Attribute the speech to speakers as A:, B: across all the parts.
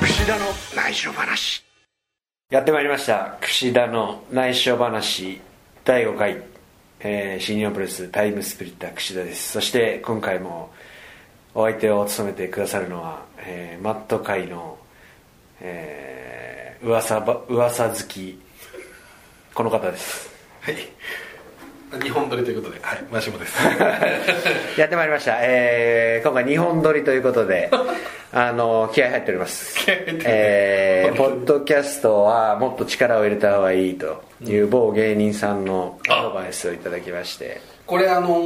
A: 串田の内緒話やってまいりました串田の内緒話第5回、えー、新日本プロレスタイムスプリッター串田ですそして今回もお相手を務めてくださるのは、えーマット界の、えー、噂ば噂好きこの方です
B: はい。日本撮りということで、はい、マシモです。
A: やってまいりました、えー今回2本撮りというこ とであの気合入っております
B: 気合入ってるね
A: えーポッドキャストはもっと力を入れた方がいいという某芸人さんのアドバイスをいただきまして
B: これあの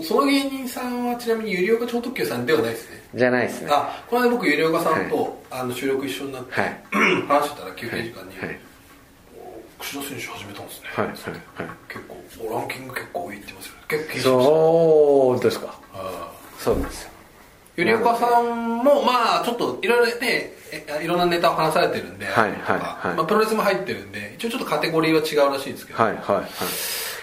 B: ーその芸人さんはちなみに百合岡超特急さんではないですね。
A: じゃないですねは
B: あ、この間僕百合岡さんと、あの収録一緒になって、
A: はい
B: 話してたら休憩時間に、
A: いはい
B: 串田選手始めたんですね。
A: はいはい
B: つって
A: はい
B: 結構おランキング結構多いって言いますよね。結構気にしました。
A: そうですか
B: あ
A: そうなんですよ
B: ー百合岡さんもまあちょっといろいろねえいろんなネタを話されてるんで、
A: はいはい
B: とか
A: はい
B: まあプロレスも入ってるんで一応ちょっとカテゴリーは違うらしいんですけど、
A: はいはいはい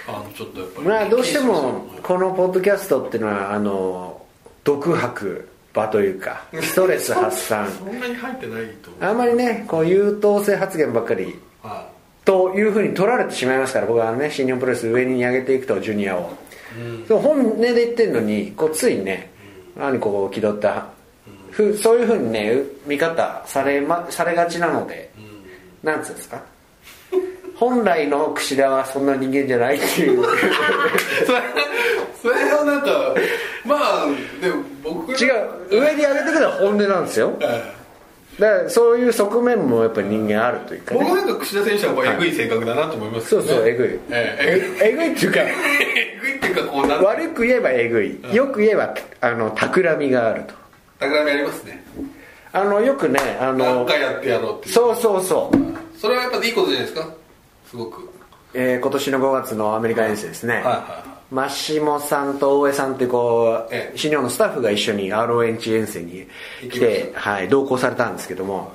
B: あのちょっとやっぱり
A: まあどうして
B: 気
A: も
B: にしました
A: このポッドキャストっていうのはあの独白場というかストレス発散
B: そんなに入ってないと思う
A: あんまりねこう優等生発言ばっかり
B: は
A: というふうに取られてしまいますから僕はね新日本プロレス上に上げていくとジュニアを、でも本音で言ってるのにこうついね、何ここ気取った、ふそういうふうにねう見方され,、ま、されがちなので、なんつうんですか本来の櫛田はそんな人間じゃないって いう
B: い それそれをなんかまあでも僕
A: 違う上に上げてくのは本音なんですよ
B: え
A: だからそういう側面もやっぱり人間あるという
B: え
A: か
B: 僕
A: ね
B: なんか櫛田選手はこうえぐい性格だなと思います
A: そ
B: よ
A: う
B: ね
A: そうえぐい
B: え
A: えぐいっていうか
B: ええぐいっていうかこうなん
A: 悪く言えばえぐいよく言えばあの企みがあると
B: 企みありますね
A: あのよくねあ
B: 何
A: の
B: 回やってやろうっていう
A: そうそうそう、
B: それはやっぱいいことじゃないですかすごく
A: えー今年の5月のアメリカ遠征ですね、
B: いはいは
A: マシモさんと大江さんってこう、
B: ええ
A: 新日本のスタッフが一緒に ROH 遠征に来
B: 行きま
A: て、はい、同行されたんですけども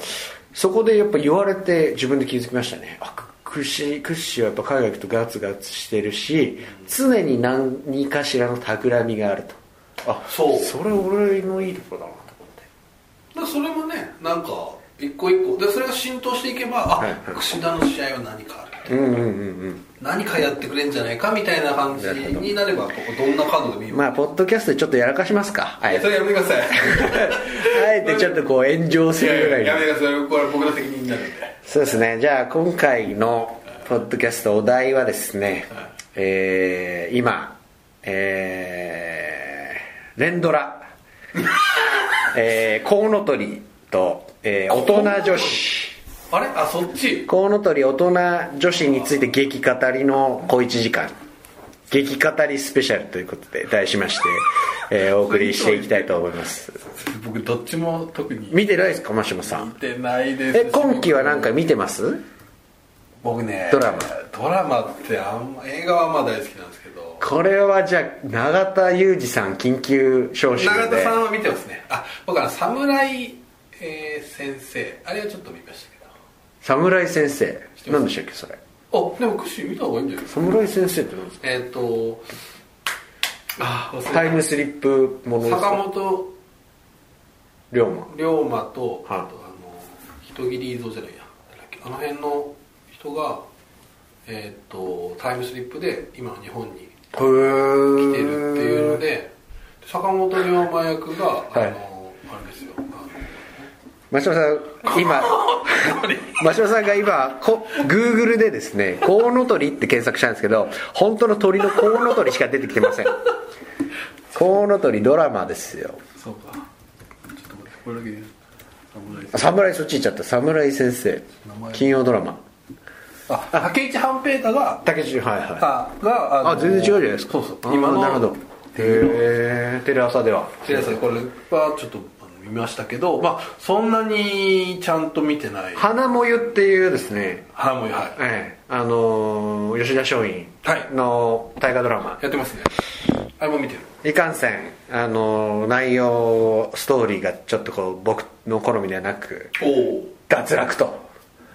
A: そこでやっぱ言われて自分で気づきましたねあクッシークッシーはやっぱ海外行くとガツガツしてるし常に何かしらの企みがあるとあ
B: そう
A: それ俺のいいところだなと思って
B: だからそれもねなんか一個一個でそれが浸透していけばあ、
A: はいはい
B: 櫛田の試合は何かある
A: うんうんうん
B: 何かやってくれんじゃないかみたいな感じになればここどんなカードでもいい
A: うん
B: わ、
A: まあポッドキャストでちょっとやらかしますかあ
B: い
A: え
B: やそ
A: て
B: れやめてくださ い
A: あえてちょっとこう炎上す
B: い
A: る
B: や
A: ぐら
B: い
A: い
B: や
A: の
B: やめてくださいこれは僕の責任になるんで
A: そうですねじゃあ今回のポッドキャストお題はですね、えー今えー連 ドラえーコウノトリと、えー大人女子
B: あれあそっち
A: コウノトリ大人女子について激語りの小1時間激語りスペシャルということで題しまして、えーお送りしていきたいと思います
B: 僕どっちも特に見
A: 見てないですかマシモさん
B: てないです
A: え今期は何か見てます
B: 僕ね
A: ドラマ
B: ドラマってあんま映画はまあ大好きなんですけど
A: これはじゃあ永田裕二さん緊急招集
B: 永田
A: で
B: さんは見てますねあ僕は侍、えー先生あれはちょっと見ましたけ
A: 侍先生何でしたっけそれ
B: どあでもクッシー見た方がいいんじゃないですか
A: 侍先生って何ですか
B: えっ、とあ忘れた
A: タイムスリップものです
B: 坂
A: か
B: 本
A: 龍馬
B: 龍馬と、
A: はい
B: あとあの人斬り像じゃないやなんだっけあの辺の人がえーっとタイムスリップで今の日本に
A: へー
B: 来てるっていうので坂本龍馬役が、あ
A: い
B: のあれですよ
A: 松島さん今 松島さんが今こ Google でですね「コウノトリ」って検索したんですけど本当の鳥のコウノトリしか出てきてませんコウノトリドラマですよ
B: そうかちょっと待ってこれだけ侍
A: あ侍そっち行っちゃった侍先生
B: 名前
A: 金曜ドラマ
B: あ竹内半平太が
A: 竹内はいはい
B: ががの
A: あ全然違うじゃないですか
B: そうそう
A: 今
B: 今の
A: なるほどへえテレ朝では
B: テレサこれはちょっとあの見ましたけど、まあ、そんなにちゃんと見てない
A: 花もゆっていうですね
B: 花もはい
A: ええあのー吉田松陰
B: はい
A: の大河ドラマ、
B: やってますねあれも見てる
A: い、かんせんあのー内容ストーリーがちょっとこう僕の好みではなく
B: おお
A: 脱落と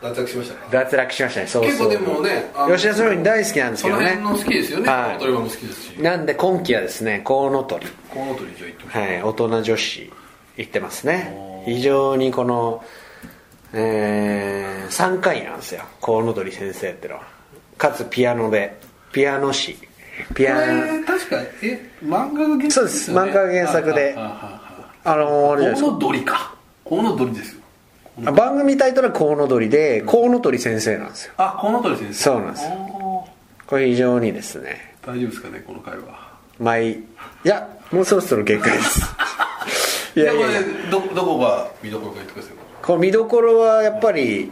B: 脱落しましたか
A: 脱落しましたねそうそう
B: 結構でもねあの
A: 吉田松陰大好きなんです
B: そ
A: け
B: の
A: ど
B: 辺
A: ね
B: の好きですよね
A: はい
B: 大人も好きですし
A: なんで今期はですねコウノトリ
B: コウノトリ以上行ってまし
A: はい、大人女子行ってますね非常にこのえー、3回なんですよコウノドリ先生ってのはかつピアノでピアノ師ピ
B: こ
A: ア
B: れ確かえ漫画が原
A: そ
B: 作
A: うです漫画が原作で
B: ああ
A: あのーあれじゃないで
B: こ
A: す
B: の鳥かこの鳥ですよ
A: か番組タイトルはコウノドリでコウノドリ先生なんですよ
B: あこの鳥先生
A: そうなんですよ
B: おー
A: これ非常にですね
B: 大丈夫ですかねこの会話
A: 毎いやもうそろそろ限界です いやいやいや
B: これどどこが見どころか言ってくださいよ
A: こう見どころはやっぱり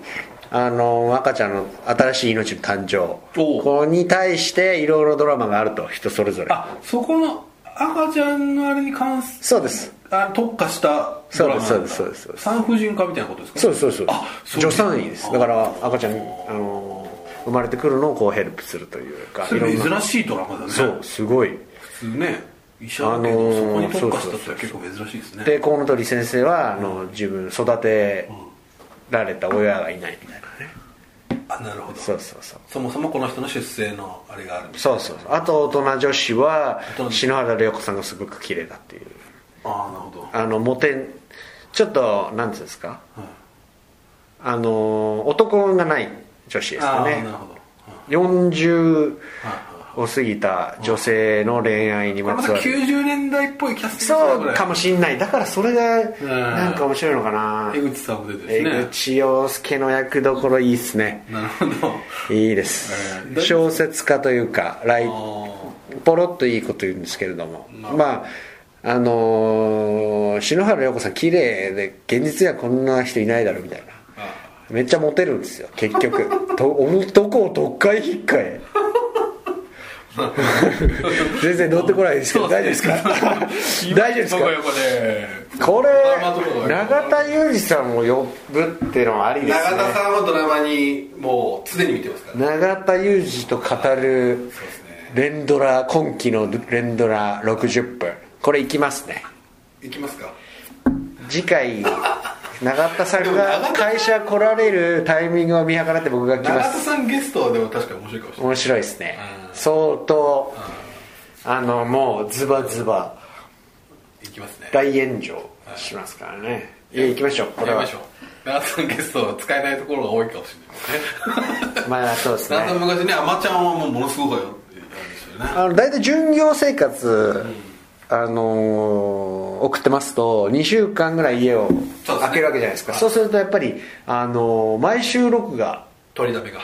A: あの赤ちゃんの新しい命の誕生
B: おう
A: これに対していろいろドラマがあると人それぞれ
B: あそこの赤ちゃんのあれに関す
A: そうです
B: あ特化したドラマなんだ
A: そうですそうですそうです
B: 産婦人科みたいなことですか
A: そうですそうです
B: あそう
A: 助産院ですだから赤ちゃんあの生まれてくるのをこうヘルプするというか
B: それ
A: いろんな
B: 珍しいドラマだね
A: そうすごい
B: 普通ね医者だけ
A: あの
B: どそこ
A: ー
B: に特化したって結構珍しいですね
A: でコウノトリ先生はあの自分育てられた親がいないみたいなね
B: あなるほど
A: そうそうそう
B: そもそもこの人の出生のあれがあるんです
A: そうそうそうあと大人女子は
B: 大人
A: 篠原涼子さんがすごく綺麗だっていう
B: ああなるほど、
A: あのモテちょっとなんていうんですかあの男運がない女子です
B: あ
A: か
B: あ
A: ね
B: なるほど、
A: 40
B: はいは
A: を過ぎた女性の恋愛に
B: いこれ
A: ま
B: ま
A: つ
B: た
A: わる
B: 90年代っぽいキャスティング
A: そうかもしんないだからそれが
B: ん
A: なんか面白いのかな
B: 江口さんも出て
A: 江
B: るしね
A: 口洋介の役どころいいっすね
B: なるほど
A: いいです
B: えー
A: 小説家というかライ
B: あー
A: ポロッといいこと言うんですけれども
B: なるほど
A: まああのー篠原涼子さん綺麗で現実にはこんな人いないだろうみたいな
B: あ
A: めっちゃモテるんですよ結局 とどこをどっかへ引っか え全然乗ってこないですけど
B: そう
A: 大丈夫です か大丈夫です
B: 今の
A: か
B: とこで
A: こ
B: まあまあとこ
A: れ
B: ろが
A: 永田裕二さんを呼ぶっていうのはありですね
B: 永田さんはドラマにもうすでに見てますからね
A: 永田裕二と語る
B: そうですね
A: 連ドラ今期の連ドラ60分これいきますね
B: いきますか
A: 次回永田さんが会社来られるタイミングを見計らって僕が来
B: 永
A: ま
B: 田
A: す
B: さんゲストはでも確かに面白いかもしれない
A: 面白いですね
B: うん
A: 相当あのもうズバズバ
B: いきますね
A: 大炎上しますからねいや行きましょうこ
B: や
A: れ
B: り
A: は
B: ましょう長田さんゲストは使えないところが多いかもしれないですね
A: まあそうですね
B: 長田さん昔ねあまちゃんはもうものすごいよって言ったんですよね
A: あの大体巡業生活、あのー送ってますと2週間ぐらい家を
B: そうですね
A: 開けるわけじゃないですか
B: はい
A: そうするとやっぱり、あのー毎週録画
B: 取りだめが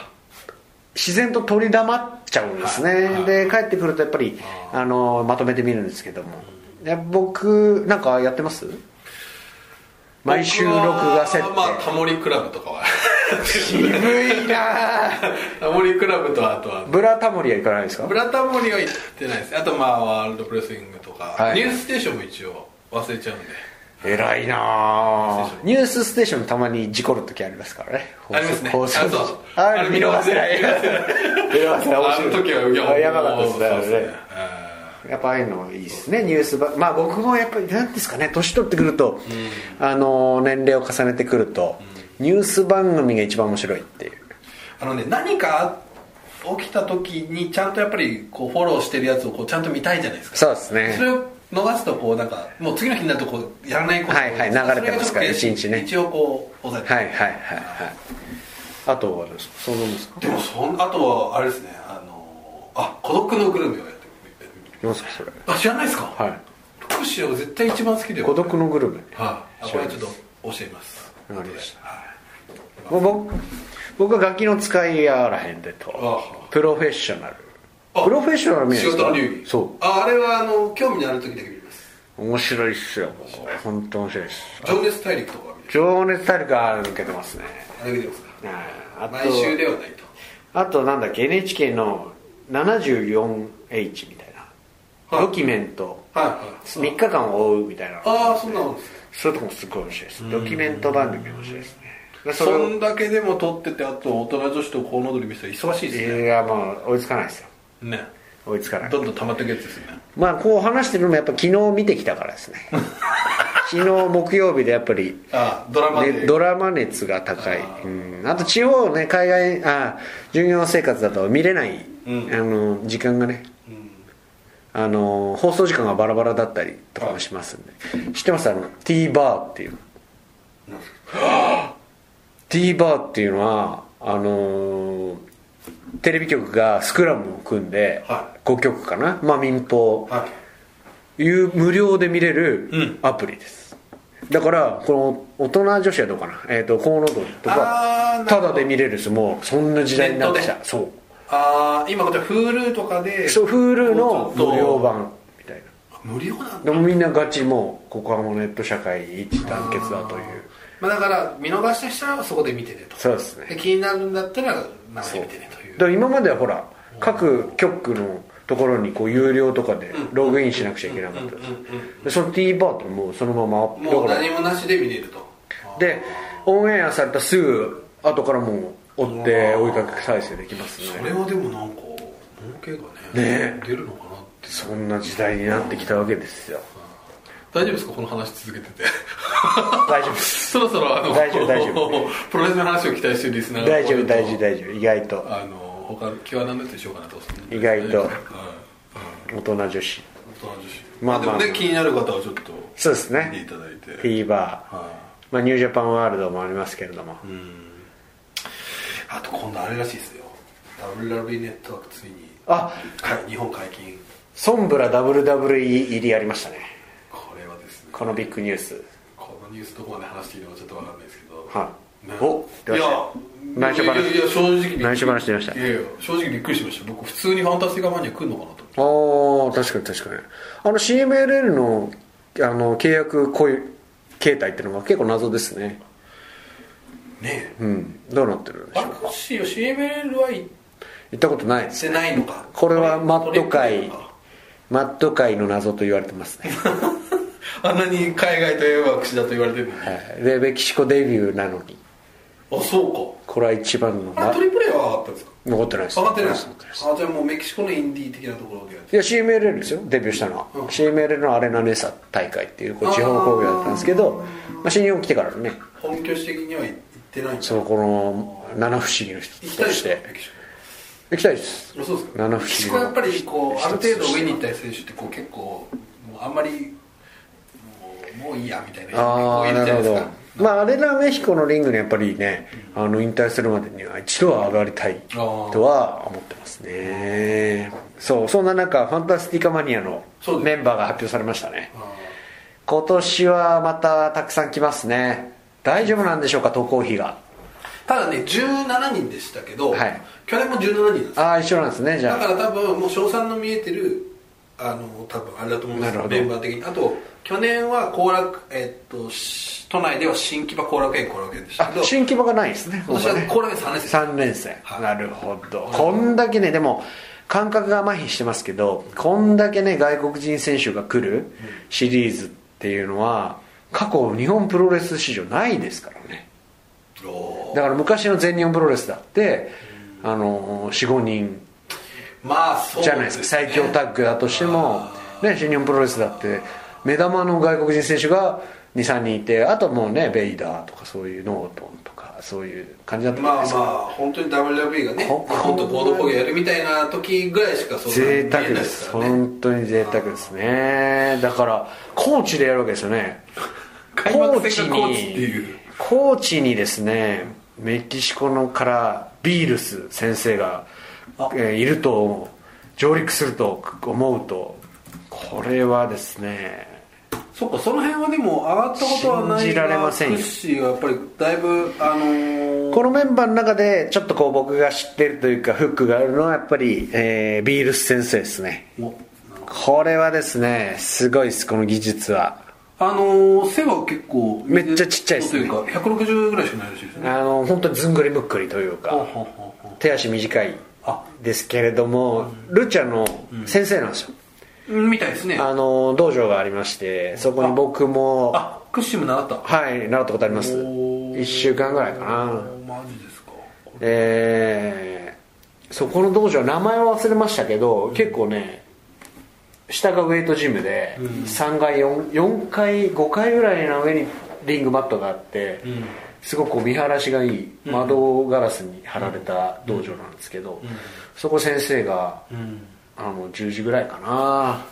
A: 自然と取り黙っちゃうんですね、
B: はい
A: で帰ってくるとやっぱり、あのーまとめてみるんですけども、いや僕なんかやってます毎週録画設定、
B: 僕はまあタモリクラブとかは
A: 渋いなあ
B: タモリクラブとあとは
A: ブラタモリは行かないですか
B: ブラタモリは行ってないですあとまあワールドプレスリングとか、
A: はい
B: ニュースステーションも一応忘れちゃうんで
A: 偉いなあニュースステーションたまに事故る時ありますからね放
B: ありますね
A: 放送
B: あそう
A: あれ見逃せない見
B: 見逃
A: 逃せない 面
B: あ
A: 白い
B: の時はいやもう
A: やばかったですねあ
B: そう
A: れ
B: で
A: ね
B: すね
A: やっぱああいうのいいですねニュースばまあ僕もやっぱりなんですかね年取ってくると、あの年齢を重ねてくると、ニュース番組が一番面白いっていう
B: あのね何か起きた時にちゃんとやっぱりこうフォローしてるやつをこうちゃんと見たいじゃないですか
A: そうですね
B: それを逃すとこうなんかもう次の日になるとこうやらないことが多
A: はいはい流れてますから
B: それがちょっと
A: 一日ね
B: 一応こう抑えて、
A: はいはいはいはいあとはですそうなんですか
B: でもそんあとはあれですねあのあ孤独のグルメをやって
A: どうですかそれ
B: あ知らないですか
A: はい
B: どうしよう絶対一番好きだよ
A: 孤独のグルメ
B: はい、あこれはちょっと教えます
A: わかりまし
B: はい
A: もう僕僕は楽器の使いやあらへんでと
B: あ
A: プロフェッショナル
B: あ
A: プロフェッショナル見ないで
B: 仕
A: す
B: 事
A: か
B: の流儀
A: そ
B: ああれはあの興味のある時だけ見ます
A: う面白いっすよ本当面白いっす
B: 情熱大陸とかは見る
A: 情熱大陸が抜けてますね
B: あれ見てますか
A: あ
B: 毎週ではないと
A: とあとなんだっけ NHK の 74H みたいな
B: はい
A: ドキュメント
B: はいはい
A: 3日間を追うみたいな
B: ああそんなもんです
A: そういうとこもすごい面白いですドキュメント番組面白いですねでそ
B: そ
A: れ
B: んだけでも撮っててあと大人女子とコウノドリ見せたら忙しいです
A: をい
B: ね、
A: やもう追いつかないですよ
B: ね
A: 追いつかない
B: どんどん溜まっていくやつですね
A: まあこう話してるのもやっぱ昨日見てきたからで すね昨日木曜日でやっぱり
B: ああドラマで
A: ねドラマ熱が高いあ,、うん、あと地方ね海外あ巡業生活だと見れない、
B: うん
A: あの時間がね
B: うん
A: あの放送時間がバラバラだったりとかもしますんで知ってますあの T バーっていう
B: なんです
A: TVer T バーっていうのはあのーテレビ局がスクラムを組んで、
B: は
A: 5局かな、まあ、民放
B: はい
A: いう無料で見れる
B: ん
A: アプリです、だからこの大人女子はどうかな、えー、とコウノドリと
B: あーな
A: か
B: るほ
A: た
B: ど
A: だで見れるですもうそんな時代になってき
B: ネッ
A: たそう
B: ああ今こっちは Hulu とかで
A: そう Hulu の
B: もうちょっと
A: 無料版みたいな
B: 無料なんだ
A: でもみんなガチもうここはもうネット社会一致団結だという
B: まあ、だから見逃した人はそこで見てねと
A: そうですね
B: で気になるんだったら生で見てねという
A: だから今まではほら各局のところにこう有料とかでログインしなくちゃいけなかったんです
B: うんうん
A: でその T バーってもうそのまま
B: もう
A: だから
B: 何もなしで見れると
A: でオンエアされたすぐ後からもう追って追いかけ再生できます
B: それ
A: ね
B: はでもなんか儲けがね
A: ね
B: 出るのかなって
A: そんな時代になってきたわけですよ
B: 大丈夫ですかこの話続けてて
A: 大丈夫です
B: そろそろあの
A: 大丈夫大丈夫
B: プロレスの話を期待してるリスナーが
A: 大丈夫大丈夫大丈夫意外と
B: あの他際なめてしようかなと思って
A: 意外
B: う
A: と
B: んうん
A: 大人女子
B: 大人女子
A: ま
B: ま
A: あ
B: あ
A: まあ
B: でもね気になる方はちょっと
A: そうです
B: 見てい
A: ね
B: ただいて
A: T バー
B: は
A: まあ、ニュージャパンワールドもありますけれども、
B: いうんあと今度あれらしいですよ WW ネットワークついに
A: あ
B: はい日本解禁
A: ソンブラ WWE 入りありましたね
B: これはですね
A: このビッグニュース
B: このニュースどこまで話していいのかちょっとわかんないですけど、
A: はい
B: ね
A: お出ま
B: い
A: した
B: や
A: 内緒話
B: いやいや正直びっくり
A: 内緒話出ました
B: いやいや正直びっくりしました僕普通にファンタスティカマニア来るのかなと
A: ああ確かに確かにあの CMLL のあの契約こういう形態ってのが結構謎ですね
B: ねえ
A: うんどうなってるんでし
B: バ
A: ょう
B: ンクシーを CML は行っ
A: 行ったことないです
B: てないのか
A: これはマット
B: トリ
A: 界
B: ックなのか
A: マット界の謎と言われてますね、
B: あんなに海外といえば櫛田と言われてるのに、
A: はい、でメキシコデビューなのに
B: あそう
A: これは一番の、
B: かあ
A: ま
B: れト、リプレは上がったんですか
A: 残ってないです
B: 上がってないです
A: 残ってないです
B: あじゃあもうメキシコのインディー的なところでやって
A: いや CMLL ですよデビューしたのは、
B: うん
A: CMLL のアレナネサ大会っていうこう地方工業だったんですけどまあ、新日本来てからのね
B: 本拠地的には行ってないんだ
A: そのこの七不思議の一
B: 行
A: つ
B: きたい
A: と
B: で
A: し
B: すか
A: て
B: メキシコ
A: 行きたいです
B: あそうですか
A: 七不思議の
B: メキシコはやっぱりこうある程
A: 一つ
B: 度上に行ったり選手ってこう結構もうあんまりもうもういいやみたいな人
A: あ
B: こう
A: あ
B: いる
A: な
B: じゃ
A: る
B: な
A: ほ
B: いです
A: ど
B: か
A: まあアレナメヒコのリングにやっぱりねあの引退するまでには一度は上がりたいとは思ってますねそうそんな中ファンタスティカマニアの
B: そうです
A: メンバーが発表されましたね
B: あ
A: 今年はまたたくさん来ますね大丈夫なんでしょうか渡航費が
B: ーただね17人でしたけど、
A: はい
B: 去年も17人なんですよ
A: ああ一緒なんですねじ
B: だか
A: ゃ
B: ら多分もう賞賛の見えてるあの多分あれだと思うんです
A: なる
B: よ
A: ほど
B: メンバー的にあと去年は後楽、えっとし都内では新木場後楽園後楽園でした
A: あ
B: けど
A: あ新規場がないですね
B: 今年は
A: ここね
B: 後楽園3年生
A: 3年生、
B: はい
A: なるほど、こんだけねでも感覚が麻痺してますけどこんだけね外国人選手が来るシリーズっていうのは過去日本プロレス史上ないですからね
B: おー
A: だから昔の全日本プロレスだってあの45人
B: まあそう
A: じゃないですか最強タッグだとしてもね新日本プロレスだって目玉の外国人選手が23人いてあともうねベイダーとかそういうノートンとかそういう感じだったじゃな
B: まあ
A: いです
B: ま
A: か
B: あ本当に WWE がね日
A: ここ
B: 本と合同工業やるみたいな時ぐらいしかそんなの見え
A: 贅
B: な
A: 沢
B: いで
A: です
B: すからね
A: 本当に贅沢ですねだから高知でやるわけですよね
B: 開幕戦が高知っていう
A: 高知にですねメキシコのからビールス先生が、えーいると上陸すると思うとこれはですね
B: そっかその辺はでも上がったことはない
A: 信じられませんよ
B: クッシーはやっぱりだいぶあのー
A: このメンバーの中でちょっとこう僕が知ってるというかフックがあるのはやっぱり、えービールス先生ですね
B: お
A: これはですねすごいですこの技術は
B: あのー背は結構
A: めっちゃちっちゃいですね
B: というか160ぐらいしかないらしいですね
A: あの本当にずんぐりむっくりという
B: ほう
A: か
B: ほうほうほ
A: 手足短い
B: あ
A: ですけれどもルチャの先生なんですよ、
B: ううんみたいですね
A: あの道場がありましてそこに僕も
B: あクッシーも習った
A: はい習ったことあります
B: おー
A: 1週間ぐらいかな
B: おーマジですか
A: えーそこの道場名前は忘れましたけど、結構ね下がウェイトジムで、3階 4, 4階5階ぐらいの上にリングマットがあって、
B: ん
A: すごくこう見晴らしがいい窓ガラスに貼られた道場なんですけど、そこ先生が
B: うん
A: あの10時ぐらいかな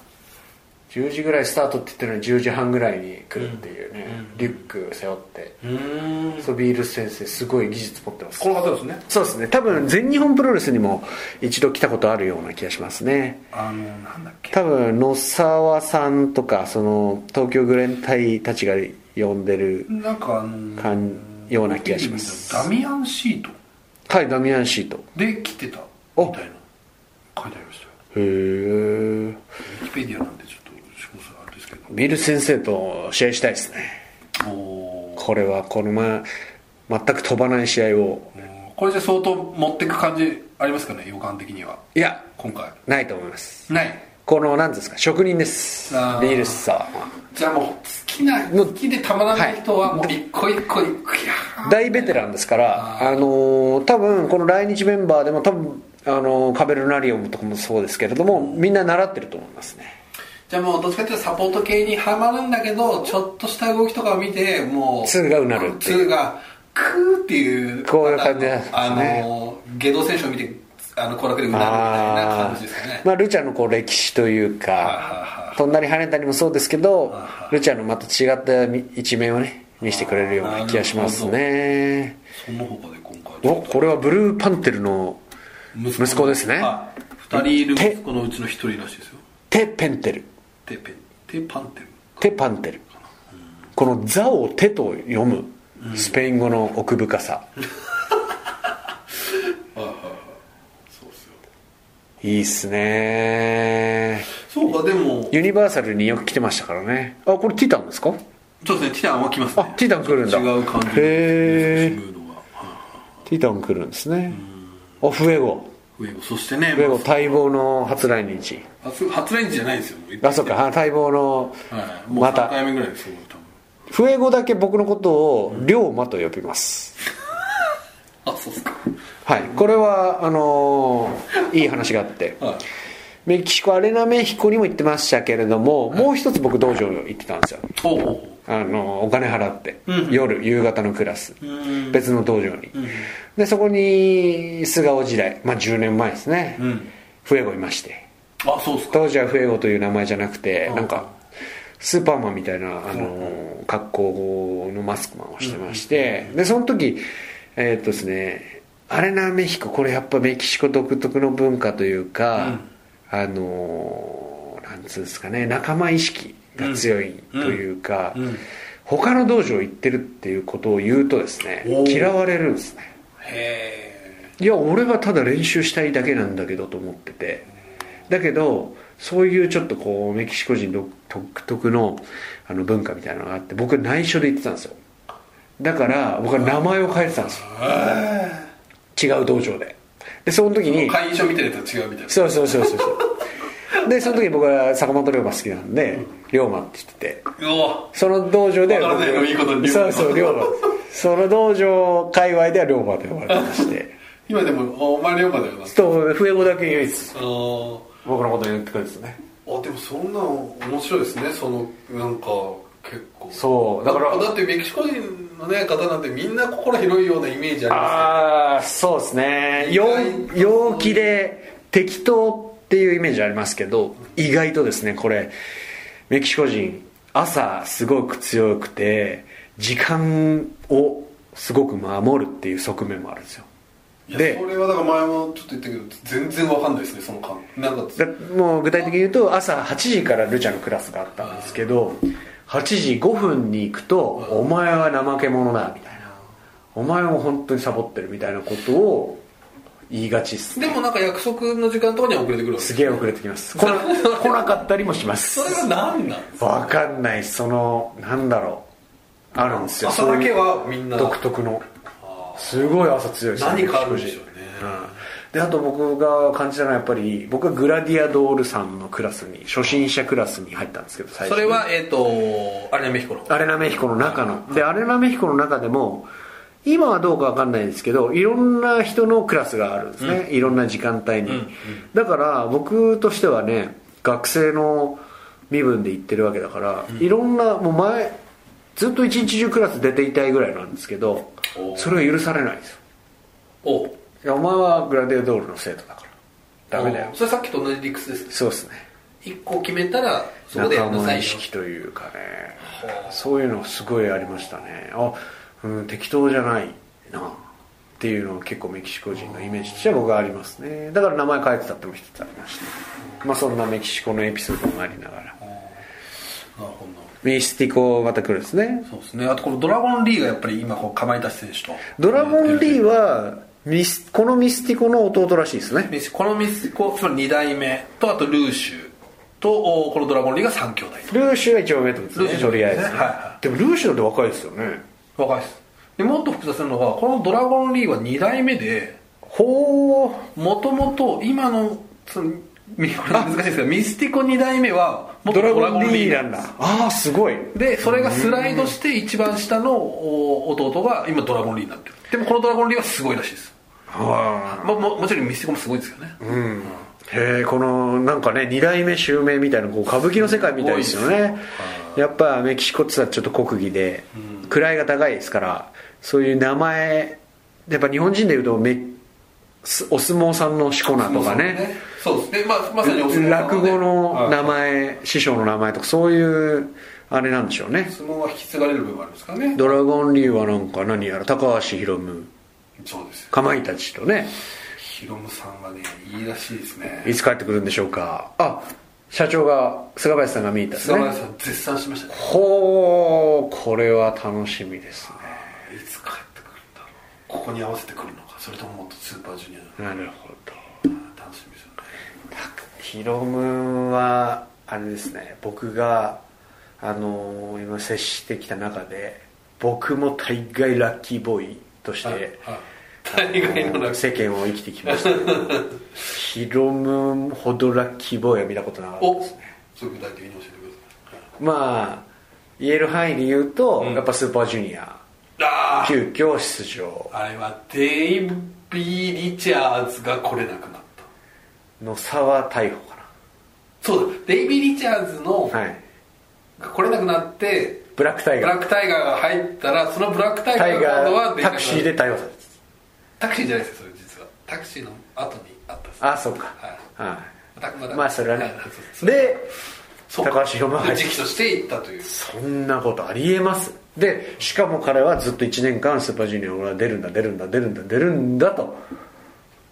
A: 10時ぐらいスタートって言ってるのに10時半ぐらいに来るっていうね、
B: うん
A: リュック背負って、
B: うん
A: ソビールス先生すごい技術持ってます
B: この方ですね
A: そうですね多分全日本プロレスにも一度来たことあるような気がしますね
B: あのなんだっけ
A: 多分野沢さんとかその東京グレン隊たちが呼んでる
B: なんかあの
A: かんような気がします
B: ダミアンシート
A: はいダミアンシート
B: で来てた
A: お
B: みたいな書いてありましたよ
A: へえ
B: ウィキペディアなんでちょっと詳細あれですけど
A: ビル先生と試合したいですね
B: おー
A: これはこの前全く飛ばない試合を
B: これじゃ相当持ってく感じありますかね予感的にはい
A: や
B: 今回
A: ないと思います
B: ない
A: この何ですか職人です
B: あー
A: ビールスさんは
B: じゃあもう好きな
A: もう
B: 好きでたまらない人はもう一個一個いくや
A: 大ベテランですから、あのー多分この来日メンバーでも多分、あのーカベルナリオムとかもそうですけれどもみんな習ってると思いますね
B: じゃあもうどっちかっていうとサポート系にはまるんだけどちょっとした動きとかを見てもう
A: ツーがうなるっていう
B: ツーがクーっていう
A: こういう感じなんですね
B: あの下道選手を見てあの娯楽でうなるみたいな感じですね
A: まあ、ルチャのこう歴史というか
B: は
A: 飛んだり跳ねたりもそうですけど
B: はいは
A: ルチャのまた違った一面をね見せてくれるような気がしますね
B: その他で今回ちょ
A: お
B: っと
A: これはブルーパンテルの
B: の
A: 息子ですね
B: はい二人いる息子のうちの一人らしいですよ
A: テ・ペンテル
B: テペテパンテル
A: テ・パンテルこの「ザ」を「テ」と読むスペイン語の奥深さ
B: そうですよ
A: いいっすね
B: そうかでも
A: ユニバーサルによく来てましたからねあこれティタンですか
B: そうですねティタンは来ます
A: あ
B: ね
A: ティタン来るんだ
B: 違う感じ
A: へ
B: で
A: ー
B: ムードがはい
A: ティタン来るんですねあフエゴ
B: ウェゴそしてね
A: フエゴ
B: ま
A: 待望の初来日
B: あ初初レンジじゃないですよもう
A: あそうかあ待望の
B: はい、もう
A: ま
B: 3回
A: た
B: 目ぐらいですよ多分
A: 笛語だけ僕のことを龍馬と呼びます
B: あそうっすか
A: はいこれはあのーいい話があって
B: はい
A: メキシコアレナメヒコにも行ってましたけれどももう一つ僕道場行ってたんですよ
B: ほうほうほ
A: あのお金払って、
B: うん
A: 夜夕方のクラス、
B: ううん
A: 別の道場に、
B: うん
A: でそこに菅生時代、まあ、10年前ですね、
B: うん
A: 笛子いまして
B: あそうっすか
A: 当時はフエゴという名前じゃなくて、
B: うん
A: なんかスーパーマンみたいな、あの格好のマスクマンをしてまして、でその時えーっとですねアレナメヒコこれやっぱメキシコ独特の文化というか、あのなんつうんですかね仲間意識が強いというか、
B: うんうん
A: 他の道場行ってるっていうことを言うとですね
B: おー
A: 嫌われるんですね
B: へ
A: いや俺はただ練習したいだけなんだけどと思っててだけどそういうちょっとこうメキシコ人独独特のあの文化みたいなのがあって僕内緒で言ってたんですよだから僕は名前を変えてたんですよ違う道場ででその時
B: え
A: に
B: 会員証見てるやつ違うみたいな
A: そうそうそうそうそうでその時僕は坂本龍馬好きなんで龍馬って言ってて
B: うわ
A: その道場で
B: わからないのいいことに龍馬
A: そうそう龍馬その道場界隈では龍馬と呼ばれて まして
B: 今でもお前龍馬だよな
A: そう笛語だけ唯一
B: あー
A: 僕のこと言ってくるんですね
B: あでもそんな面白いですねそのなんか結構
A: そうだから
B: だってメキシコ人の、ね、方なんてみんな心広いようなイメージあ
A: ああそうですね陽陽気で適当っていうイメージありますけど意外とですねこれメキシコ人朝すごく強くて時間をすごく守るっていう側面もあるんですよ
B: ります
A: で
B: でそれはだから前もちょっと言ったけど全然わかんないですねその感なんか
A: だもう具体的に言うと朝8時からルチャのクラスがあったんですけど8時5分に行くと「お前は怠け者だ」みたいな「お前も本当にサボってる」みたいなことを言いがちっす
B: でもなんか約束の時間とかには遅れてくるわけ
A: すげえ遅れてきま す来な来なかったりもします
B: それが何なんですか
A: わかんないそのなんだろうあるんですよ
B: 朝だけ
A: そういう
B: はみんな
A: 独特のすごい朝強いですね
B: 何かあるんでしょうね
A: うんであと僕が感じたのはやっぱり僕はグラディアドールさんのクラスに初心者クラスに入ったんですけど最
B: そ
A: 初
B: れはえっ、とあれねメヒコの
A: アレナメヒコの中のでアレナメヒコの中でも今はどうかわかんないですけどいろんな人のクラスがあるんですね、いろんな時間帯に、だから僕としてはね学生の身分で行ってるわけだから、いろんなもう前ずっと一日中クラス出ていたいぐらいなんですけど
B: お
A: それは許されないんですよ
B: お
A: いやお前はグラディアドールの生徒だからダメだよ
B: おそれさっきと同じ理屈ですね
A: そうですね
B: 一個決めたらそこでや
A: 仲
B: んなさ
A: 間
B: い
A: 意
B: よ
A: 識というかねそういうのすごいありましたねあ、うん、適当じゃないなっていうのは結構メキシコ人のイメージとしては僕はありますねだから名前変えてたっても一つありましたまあそんなメキシコのエピソードもありながら
B: なるほど
A: ミスティコまた来るんですね
B: そうですねあとこのドラゴンリーがやっぱり今こうかまいたち選手と
A: ドラゴンリーはミスこのミスティコの弟らしいですね
B: メッシこのミスコつまり2代目とあとルーシュとおこのドラゴンリーが3兄弟
A: ルーシュが一番上ってことですね
B: ルーシュ
A: とりあえず、ね
B: はいは
A: でもルーシュだって若いですよね
B: と若いですでもっと複雑なのはこのドラゴンリーは2代目で
A: ほう
B: もともと今のそのみこれ難しいですけどミスティコ2代目は元
A: ドラゴンリーなんだああすごい
B: でそれがスライドして一番下のお弟が今ドラゴンリーになってるでもこのドラゴンリーはすごいらしいです、
A: は
B: まあ、ももちろんミスティコもすごいですよね、
A: いうんへえこのなんかね二代目襲名みたいなこう歌舞伎の世界みたいですよ
B: すごいで
A: ねやっぱメキシコってさちょっと国技で位が高いですからそういう名前やっぱ日本人でいうとめすお相撲さんのしこ名とかね
B: そうですね、まあ、まさにお相撲さんはね
A: 落語の名前師匠の名前とかそういうあれなんでしょうね
B: 相撲は引き継がれる部分もあるんですからね
A: ドラゴンリーはなんか何やら高橋宏夢
B: そうです
A: かまいたちとね
B: ヒロムさんはねいいらしいですね
A: いつ帰ってくるんでしょうかあ社長が菅林さんが見えたんです
B: 菅原
A: ね
B: さん絶賛しましたね
A: ほうこれは楽しみです
B: いつ帰ってくるんだろうここに合わせてくるのかそれとももっとスーパージュニアなの
A: ねなるほど
B: か楽しみですよね
A: ヒロムはあれですね僕があのー今接してきた中で僕も大概ラッキーボーイとして、
B: はい大概の中
A: 世間を生きてきましたけどヒロムほどラッキーボーイは見たことなかった
B: お
A: です
B: それ具体的に教えてください
A: まあ言える範囲で言うと、
B: うん
A: やっぱスーパージュニア
B: あ
A: 急遽出場
B: ああれはデイビー・リチャーズが来れなくなった
A: の差は逮捕か
B: そうだデイビー・リチャーズの
A: なはい
B: が来れなくなって
A: ブラックタイ
B: ブ
A: ガ
B: ラ
A: ー
B: ックタイガーが入ったらそのブラックタ
A: タ
B: イガ
A: イ
B: ー
A: ガ
B: のは
A: ータクシーで逮捕されて
B: タクシーじゃないですよそれ実はタクシーの後にあったんです
A: たあそうか
B: はい
A: は
B: またま
A: い
B: た
A: まあそれはね
B: いそうそう
A: で
B: そう
A: 高橋宏夢が入って
B: 時期として行ったという
A: そんなことありえますでしかも彼はずっと1年間スーパージュニア俺は出るんだ出るんだ出るんだ出るんだと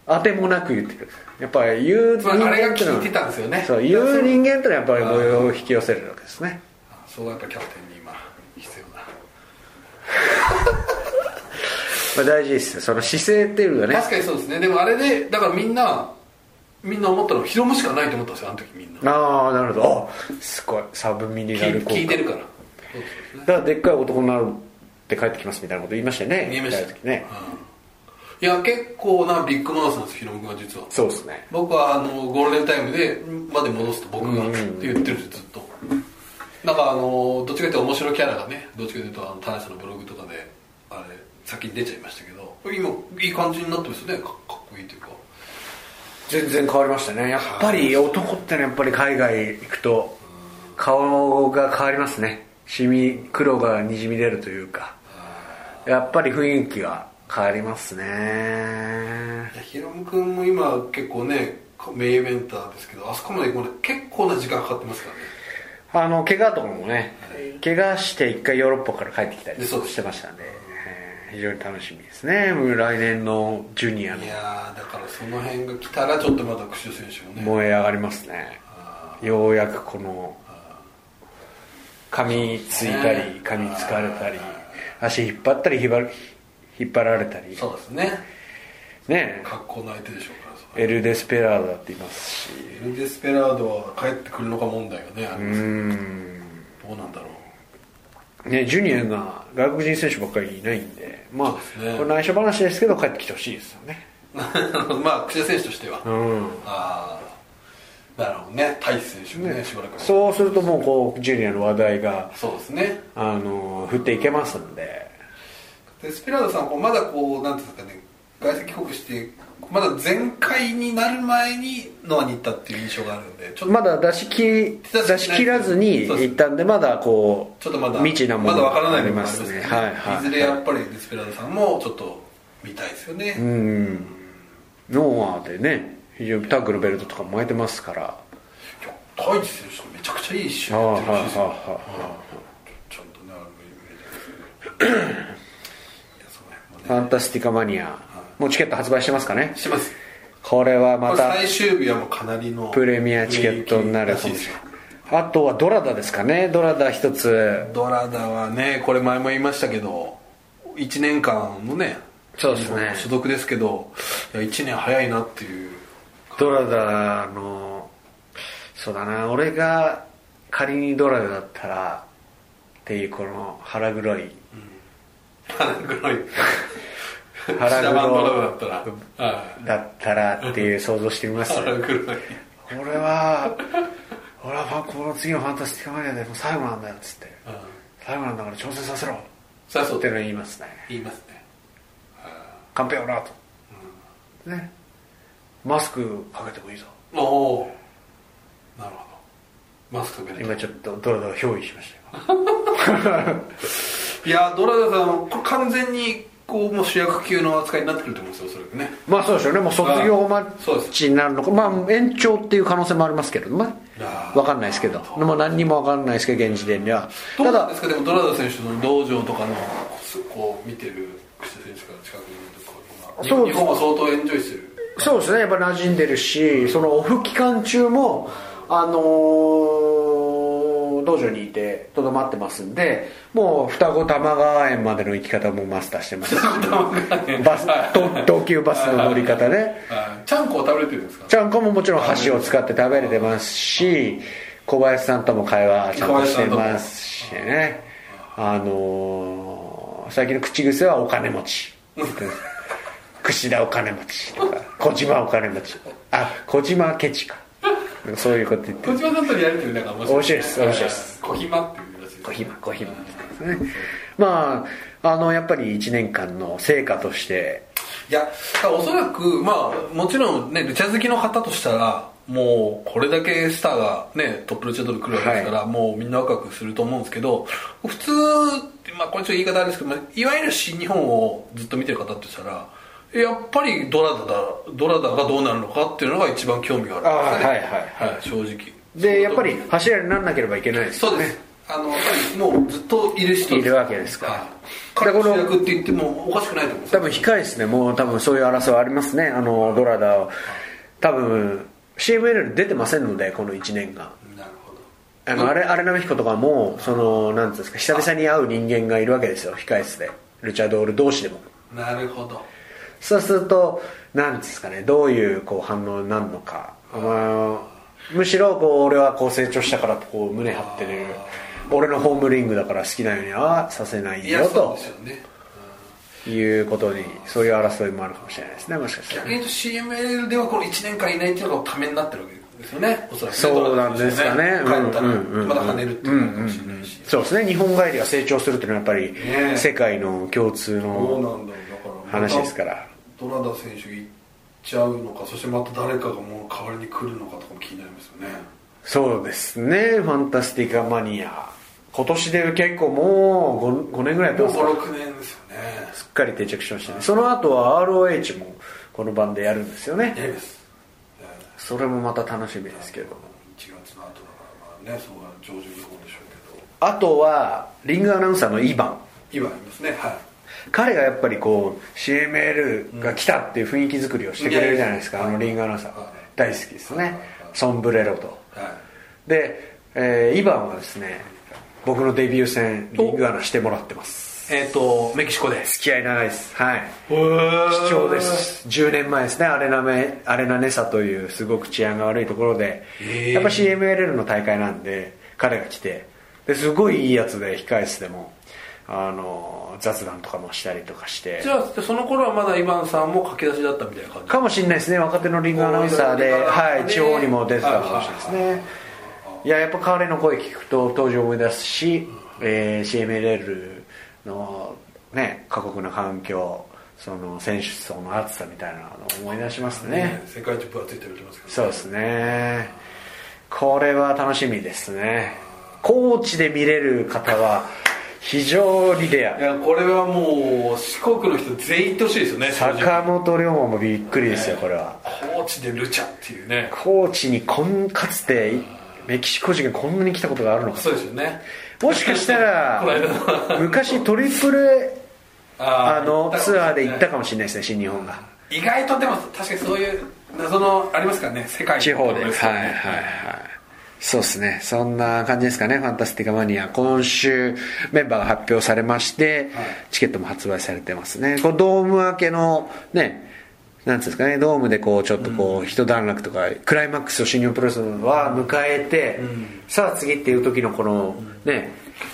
A: 当てもなく言ってくるやっぱり言う
B: つ
A: 人
B: まりあれ
A: 間
B: が
A: っての
B: 聞い
A: は
B: てたんですよね
A: そう言う人間ってのはやっぱり模様を引き寄せるわけですね
B: そうやっぱキャプテンに今必要な
A: まあ大事ですよその姿勢っていうのがね
B: 確かにそうですねでもあれでだからみんなみんな思ったのヒロムしかないと思ったんですよあの時みんな
A: ああなるほどあすごいサブミリナ
B: 聞
A: ル
B: い
A: 効果
B: 聞いてるからそうですね
A: だからでっかい男になるって帰ってきますみたいなこと言いましたよね
B: 見えました
A: 帰ってきてね
B: いや結構なビッグマウスなんですヒロム君は実は
A: そうですね
B: 僕はあのゴールデンタイムでまで戻すと僕がって言ってるんですよずっとなんかあのどっちかというと面白キャラがねどっちかというとあの田中さんのブログとかであれ先に出ちゃいましたけど今いい感じになってますよねかかっこいいというか
A: 全然変わりましたねやっぱり男ってのはやっぱり海外行くと顔が変わりますねシミ黒がにじみ出るというかやっぱり雰囲気が変わりますね
B: いやヒロム君も今結構ね名イベンターですけどあそこまで行くまで結構な時間かかってますからね
A: あの怪我とかもね怪我して一回ヨーロッパから帰ってきたり
B: でそうです
A: してましたんでえー非常に楽しみですねもう来年のジュニアの
B: いやーだからその辺が来たらちょっとまた櫛生選手もね
A: 燃え上がりますね
B: あ
A: ようやくこの髪ついたり髪つかれたり足引っ張ったり引っ張る引っ張られたり
B: ーそうですね
A: ね
B: 格好の相手でしょうからそれ
A: エル・デスペラーダって言いますし
B: エル・デスペラードは帰ってくるのか問題がねあり
A: う
B: ま
A: ー
B: す
A: ん
B: どうなんだろう
A: ねジュニアが外国人選手ばっかりいないんでまあ
B: そうですね
A: これ内緒話ですけど帰ってきてほしいですよね
B: まあ櫛生選手としては、
A: うん
B: ああなるほどね大勢選手もね
A: ね
B: しばらくう
A: そうするともうこうジュニアの話題が
B: そうですね
A: あの振っていけますんで
B: デスペラードさんこうまだこうなんていうんですかね外籍帰国してまだ全開になる前にノアに行ったっていう印象があるんでちょっと、
A: まだ出し切
B: 出し切らない
A: 出し切らずに行ったんでまだこう
B: ちょっとまだ
A: 未知なもの
B: まだわからない
A: あり
B: 部分も
A: ま
B: あります
A: す
B: けど
A: ね
B: ね、
A: はいはい
B: いずれやっぱりデスペラードさんもちょっと見たいですよね、
A: うんノーアーでね非常にタッグのベルトとかも巻いてますから
B: いや太一選手めちゃくちゃいい試合
A: はあ
B: や
A: は
B: ってるし、
A: あ
B: は
A: はあはあ
B: いちゃんとねあのイメージですけどいやその辺もね
A: ファンタスティカマニアもうチケット発売してますかね
B: してます
A: これは
B: ま
A: また
B: た最終日はもうかなりの
A: プレミアチケットになるかもしれないあとはドラダですかねドラダ一つ
B: ドラダはねこれ前も言いましたけど1年間のね
A: そうですね
B: 所属ですけどいや1年早いなっていう
A: ドラダのそうだな俺が仮にドラダだったらっていうこの腹黒い
B: 腹黒い
A: 黒
B: 下バンドラブだったら、はい
A: だったらっていう想像してみます
B: 腹黒い
A: 俺は俺はファンこの次のファンタスティックマニアでもう最後なんだよっつって
B: うん
A: 最後なんだから挑戦させろ
B: さあそう
A: っていうのを言いますね
B: 言いますね
A: 完璧オラと、ねマスクかけてもいいぞ
B: おおなるほどマスクかけな
A: 今
B: い
A: ちょっとドラドラ憑依しましたよ
B: いやドラダさんこれ完全にこうもう主役級の扱いになってくると思うんですよそれがね
A: まあそうですよねもう卒業マッチになるのかまあ延長っていう可能性もありますけどね
B: あー
A: 分かんないですけどもう何にも分かんないですけど現時点では
B: ど
A: た
B: うなん
A: だ
B: ですかでもドラダ選手の道場とかのこう見てる櫛田選手から近くにいるとこう
A: そ
B: 今
A: うで
B: 日
A: す
B: 本は相当エンジョイしてる
A: そうですねやっぱ馴染んでるしそのオフ期間中もあのー道場にいてとどまってますんでもう双子玉川園までの行き方もマスターしてますしバスと東急バスの乗り方ね
B: はいちゃんこを食べれてるんですか
A: ちゃんこももちろん箸を使って食べれてますし小林さんとも会話ちゃんとしてますしねあのー最近の口癖はお金持 ち櫛田お金持ちとか小島お金持ちあ小島ケチかそういうこと言って
B: 小島さんとリアリティなんか
A: 面白いです面白いです
B: 小暇っていうらしいです
A: 小暇小暇ですねまああのやっぱり1年間の成果として
B: いやだからおそらくまあもちろんねルチャ好きの方としたらもうこれだけスターがねトップルチャドル来るわけですから、もうみんなワクワクすると思うんですけど普通まあこれちょっと言い方あれですけど、まあいわゆる新日本をずっと見てる方としたらやっぱりドラダだドラダがどうなるのかっていうのが一番興味がある
A: あー
B: んですよ
A: はいはい
B: はい、正直
A: でやっぱり柱にならなければいけないです
B: そうですあのやっぱりもうずっといる人
A: いるわけですから
B: 彼の
A: だから
B: 主
A: この
B: 役って言ってもおかしくないと思うんですよ
A: 多分控えですねもう多分そういう争いありますねあのドラダを多分 CML に出てませんのでこの1年が
B: なるほど
A: あの、あれあれなめひことかもそのなんていうんですか久々に会う人間がいるわけですよ控え室でルチャドール同士でも
B: なるほど
A: そうするとなんていうんですかねどういうこう反応になるのか、まあむしろこう俺はこう成長したからこう胸張ってる俺のホームリングだから好きなようにはさせない
B: いや
A: よ
B: そう
A: と
B: ですよね
A: いうことにそういう争いもあるかもしれないですねもしかしたら
B: 逆に言うと CML ではこの1年間いないっていうのがためになってるわけですよねおそらくね
A: そうなんですかね
B: 帰った
A: う
B: ら
A: んうんうん
B: まだ跳ねるっていうのもあるかもしれないし
A: そうですね日本帰りが成長するというのはやっぱり
B: ねえ
A: 世界の共通
B: そう
A: の
B: なんだよだから
A: 話ですから
B: ドラダ選手行っちゃうのかそしてまた誰かがもう代わりに来るのかとかも気になりますよね
A: そうですねファンタスティカマニア今年で結構もう 5, 年ぐらいやって
B: もう
A: ますから
B: 56年ですよね
A: すっかり定着しましたねその後は ROH もこの番でやるんですよ
B: やり
A: ね
B: ますええ
A: それもまた楽しみですけど
B: 1月の後だからまあねそうは上旬の方でしょうけど
A: あとはリングアナウンサーのイバン
B: 今ありますねはい
A: 彼がやっぱりこう CML が来たっていう雰囲気作りをしてくれるじゃないですか、
B: うん
A: あのリングアナウンサー
B: はい
A: 大好きです
B: はいは
A: ね
B: い
A: ソンブレロと
B: はい
A: で、えーイバンはですね僕のデビュー戦リングアナしてもらってます
B: えっとメキシコで
A: 付き合い長いですはい
B: 貴
A: 貴重です10年前ですねアレナメアレナネサというすごく治安が悪いところで、
B: へー
A: やっぱ CMLL の大会なんで彼が来てですごいいいやつで控え室でもあの雑談とかもしたりとかして
B: じゃあその頃はまだイバンさんも駆け出しだったみたいな感じ
A: かもしれないですね若手のリングアナウンサーで、
B: おー
A: はい、
B: ね
A: 地方にも出てたかもしれないです
B: は
A: ねいややっぱ彼の声聞くと当時思い出すし、えー CMLL の、ね、過酷な環境その選手層の厚さみたいなのを思い出しますね
B: 世界一分厚いって言われてますけど
A: そうですねこれは楽しみですねコーチで見れる方は非常にレ
B: い
A: ア
B: やこれはもう四国の人全員行ってほしいですよね正直
A: 坂本龍馬もびっくりですよこれは
B: 高知でルチャっていうね
A: コーチにこんかつてメキシコ人がこんなに来たことがあるのか
B: そうですよね
A: もしかした
B: この間
A: ら
B: の
A: 昔トリプル
B: あ
A: あのツアーで行った
B: か
A: かもしれないですね新日本が
B: 意外とでも確かにそういう謎のありますからね世界の
A: 地方で
B: ところすよ
A: はい
B: ね
A: はいはいそうですねそんな感じですかねファンタスティカマニア今週メンバーが発表されまして、
B: はい
A: チケットも発売されてますねこうドーム明けのねなんていうんですかねドームでこうちょっとこう一段落とか、クライマックスを新日本プロレスは迎えて、さあ次っていう時のこのね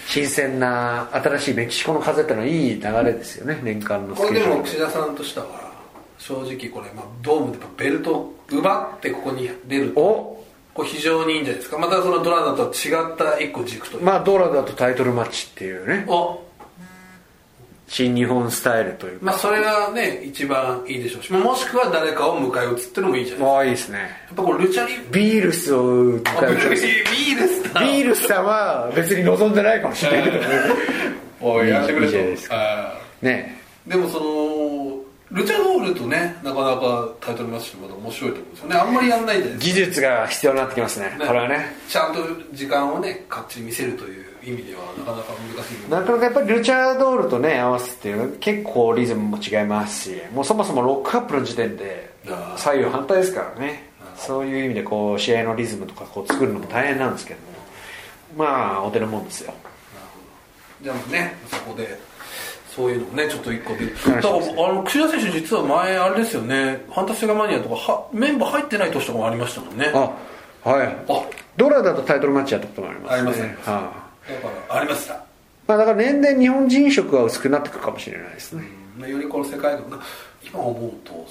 A: 新鮮な新しいメキシコの風ってのはいい流れですよね年間のス
B: こ
A: ケジ
B: れ
A: ュ
B: でも
A: ール
B: 櫛田さんとしては正直これ、まあ、ドームでベルトを奪ってここに出ると
A: お
B: これ非常にいいんじゃないですかまたそのドラマとは違った一個軸というか、
A: まあドラだとタイトルマッチっていうね
B: お
A: 新日本スタイルというか
B: まあそれがね一番いいでしょうし、まあもしくは誰かを迎え撃つってのもいいじゃない
A: ああいいですね
B: やっぱこれルチャリ
A: ビールス
B: あ
A: を迎
B: ビ
A: え
B: ール ビー
A: る
B: ルスタ
A: ビールスさんは別に望んでないかもし れないけどね
B: おいやってくれ
A: いい
B: と
A: じゃないです
B: あ
A: ね
B: ーでもそのルチャドールとねなかなかタイトルマッチってまた面白いと思うんですよねあんまりやんないじゃないです
A: 技術が必要になってきますね
B: か
A: これはね
B: ちゃんと時間をねかっちり見せるという意味ではなかなか難しいもの
A: なかなかやっぱりルチャードールとね合わせて結構リズムも違いますしもうそもそもロックアップの時点で
B: あー
A: 左右反対ですからねそういう意味でこう試合のリズムとかこう作るのも大変なんですけどもまあお手のもんですよ
B: じゃあねそこでそういうのもねちょっと一個で
A: 楽
B: だ
A: し
B: か
A: み
B: ら
A: ですね
B: あの櫛田選手実は前あれですよねファンタスティカマニアとかはメンバー入ってない年とかもありましたもんねあ
A: あはいドラだとタイトルマッチやったこともありますね
B: ありますね
A: はい
B: だからありました
A: まあ、だから年々日本人色が薄くなってくるかもしれないですね
B: うんよりこの世界の今思うと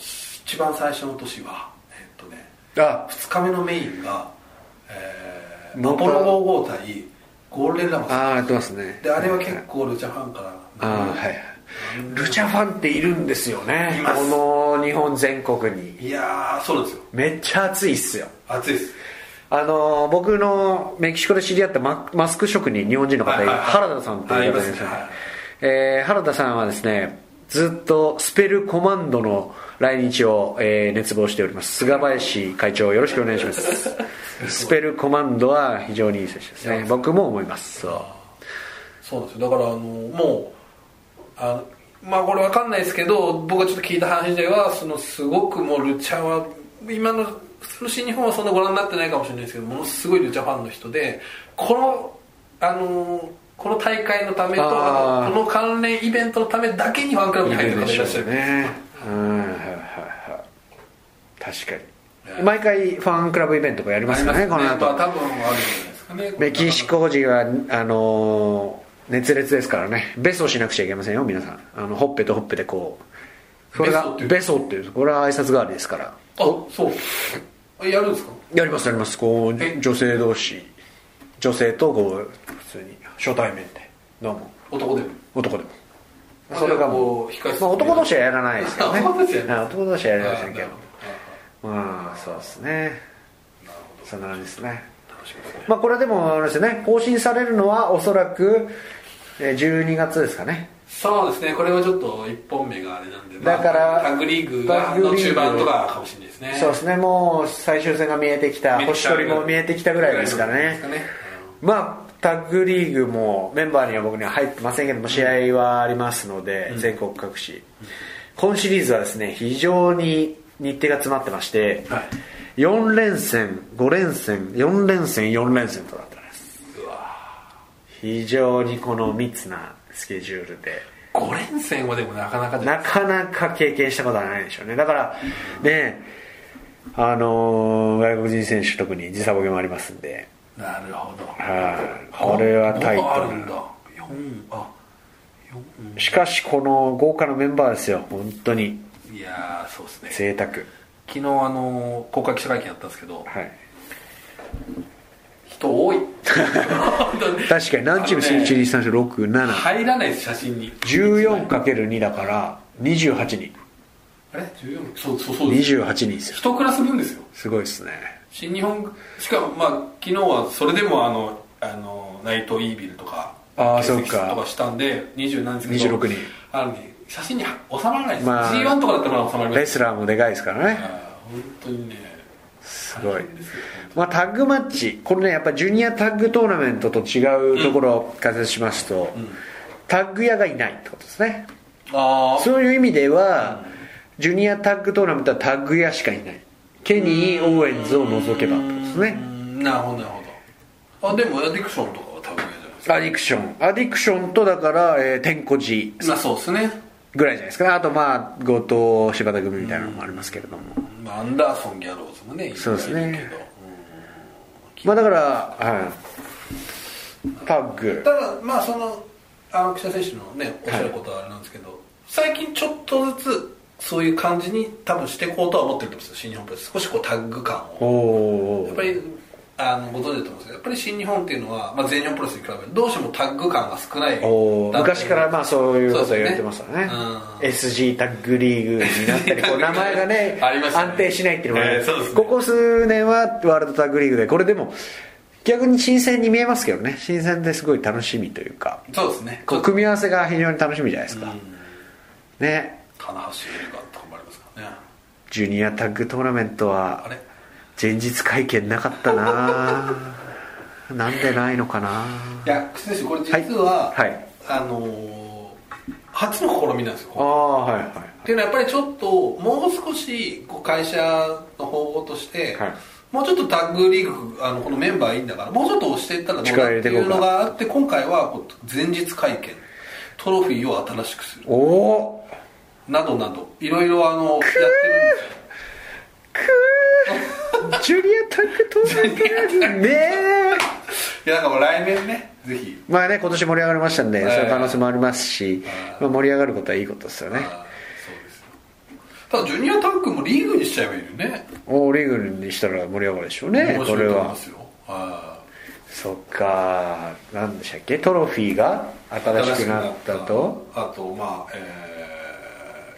B: 一番最初の年はえっとね
A: あ
B: 2日目のメインが、えー、
A: ま
B: ア
A: た
B: ポロ55対ゴールデンラム
A: あーやってますね
B: であれは結構ルチャファンから
A: あーはいルチャファンっているんですよね
B: います
A: この日本全国に
B: いやーそうなんですよ
A: めっちゃ熱いっすよ
B: 暑いです
A: あのー僕のメキシコで知り合ったママスク職人日本人の方、
B: はいはいはい
A: 原田さんという方
B: はい
A: で
B: いますす
A: ね
B: ねはい、
A: えー原田さんはですねずっとスペルコマンドの来日を、えー熱望しております菅林会長よろしくお願いします スペルコマンドは非常にいい選手ですね僕も思いますそう
B: そうなんですよだからあのもうあまあこれわかんないですけど僕がちょっと聞いた話ではそのすごくもうルチャは今の普通の新日本はそんなご覧になってないかもしれないですけどものすごいルチャファンの人でこのあのこの大会のためと
A: あー
B: あとこの関連イベントのためだけにファンクラブに入ってる方いらっしゃる
A: ねうんはいはいはい確かに毎回ファンクラブイベントとかやり
B: あ
A: ま
B: り
A: すよ
B: ます
A: ね
B: ね
A: この後
B: まあ多分あるんじゃないですかね
A: メキシコ人はあのー熱烈ですからねベソしなくちゃいけませんよ皆さんあのほっぺとほっぺでこうこれがベ
B: ベ
A: ソっていうこれは挨拶代わりですから
B: あそうあやるんですか
A: やりますやりますこ
B: え
A: う女性同士女性とこう普通に初対面でどうも
B: 男でも
A: 男でも
B: あ
A: それがもう
B: こう控え室
A: まあ男同士はやらないですけどね
B: 男同士はやら
A: はい男同士はやりま
B: あ
A: せんけど
B: ーなるほ
A: まあそうですねそんな感じですね
B: ど楽しみですね
A: まあこれでもあれですよね更新されるのはおそらくえー12月ですかね
B: そうですね、これはちょっと一本目があれなんで、
A: だから
B: まあタッグリーグが
A: タッグ
B: の
A: リーグ
B: 中盤とかかもしれないですね。
A: そうですねもう最終戦が見えてきた
B: 見えてき
A: 星
B: た
A: 取りも見えてきたぐらいですからね
B: ぐらいのですかね
A: まあタッグリーグもメンバーには僕には入ってませんけども試合はありますので、全国各地、今シリーズはですね非常に日程が詰まってまして、
B: はい
A: 4連戦5連戦4連戦4連戦となっております
B: うわ
A: 非常にこの密なスケジュールで
B: 5連戦はでもなかなかじゃない
A: なかなか経験したことはないでしょうねだからねあのー外国人選手特に時差ボケもありますんで
B: なるほど。
A: はいこれはタイ
B: あ
A: ト
B: るん
A: ル
B: だ。四あ四
A: しかしこの豪華なメンバーですよ本当に
B: いやーそうですね。
A: 贅沢
B: 昨日あのー公開記者会見やったんですけど、
A: はい
B: 人多い。本当に
A: 確かに何チーム
B: あのね
A: ?1234674×2
B: 入らないです写真に。
A: だから28人
B: あれ十四そうそうそうです。
A: 28人ですよ
B: 一クラス分ですよ。
A: すごいですね
B: 新日本しかもまあ昨日はそれでもあのあのナイトイービルとか
A: あー
B: 欠席
A: そうか
B: とかしたんで20何ですけど
A: 26人
B: あのね写真には収まらないです、
A: まあ
B: G1 とかだったらまだ収まりま
A: レ
B: す
A: スラーもでかいですからね
B: あー本当にね
A: すすごい、まあ、タッグマッチこれねやっぱジュニアタッグトーナメントと違うところを解説しますと、タッグ屋がいないってことですね
B: ああ
A: そういう意味では、ジュニアタッグトーナメントはタッグ屋しかいないケニー・オーエンズを除けばってことですね
B: なるほどなるほどあでもアディクションとかは多分じゃないですか
A: アディクションアディクションとだから、えー、天子寺
B: まあそうですね、
A: ぐらいじゃないですかねあとまあ後藤柴田組みたいなのもありますけれども、
B: まあ、アンダーソンギャローズもねいっぱいいるけど
A: そうですね
B: うん
A: まあだから、はい、タッグ
B: ただまあその青木選手のねおっしゃることはあれなんですけど、最近ちょっとずつそういう感じに多分していこうとは思ってると思うんですよ新日本プロレス少しこうタッグ感を
A: おお
B: やっぱりあのご存知だと思うんですけどやっぱり新日本っていうのは、まあ、全日本プロレスに比べてどうしてもタッグ感が少ない
A: おー
B: 団体
A: 昔からまあそういうことを言われてましたね
B: そう
A: SG タッグリーグになったりこう名前がね
B: ありましたね
A: 安定しないっていうのもある
B: えーそうですね
A: ここ数年はワールドタッグリーグでこれでも逆に新鮮に見えますけどね新鮮ですごい楽しみというか
B: そうですね
A: こう組み合わせが非常に楽しみじゃないですか、ね
B: 棚橋エリカとかもありますからね
A: ジュニアタッグトーナメント
B: あ
A: は
B: れ
A: 前日会見なかっ たななんでないのかない
B: や久世選手これ実は、
A: はいはい
B: あのー初の試みなんですよ
A: ああはいはい
B: っていうのはやっぱりちょっともう少しこう会社の方法として、
A: はい
B: もうちょっとタッグリーグあのこのメンバーいいんだからもうちょっと押していったらどう
A: 力
B: だ
A: 入
B: っ
A: れ
B: て
A: ていこ
B: いうう
A: か
B: のがあって今回はこう前日会見トロフィーを新しくする
A: おお
B: などなどいろいろあのやって
A: ジュリアタッグトーナメントねえ
B: るんですよいやだからもう来年ねぜひ
A: まあね今年盛り上がりましたんで、
B: はい
A: そういう可能性もありますし、
B: はい
A: まあ、盛り上がることはいいことですよ
B: あー
A: ね
B: そうですよただジュニアタッグもリーグにしちゃえばいいよね
A: オーリーグにしたら盛り上がるでしょうね
B: 面
A: こ
B: 白
A: れ
B: いと思い
A: は
B: ますよあー
A: そっか何でしたっけトロフィーが新しくなったと
B: あとまあ、えー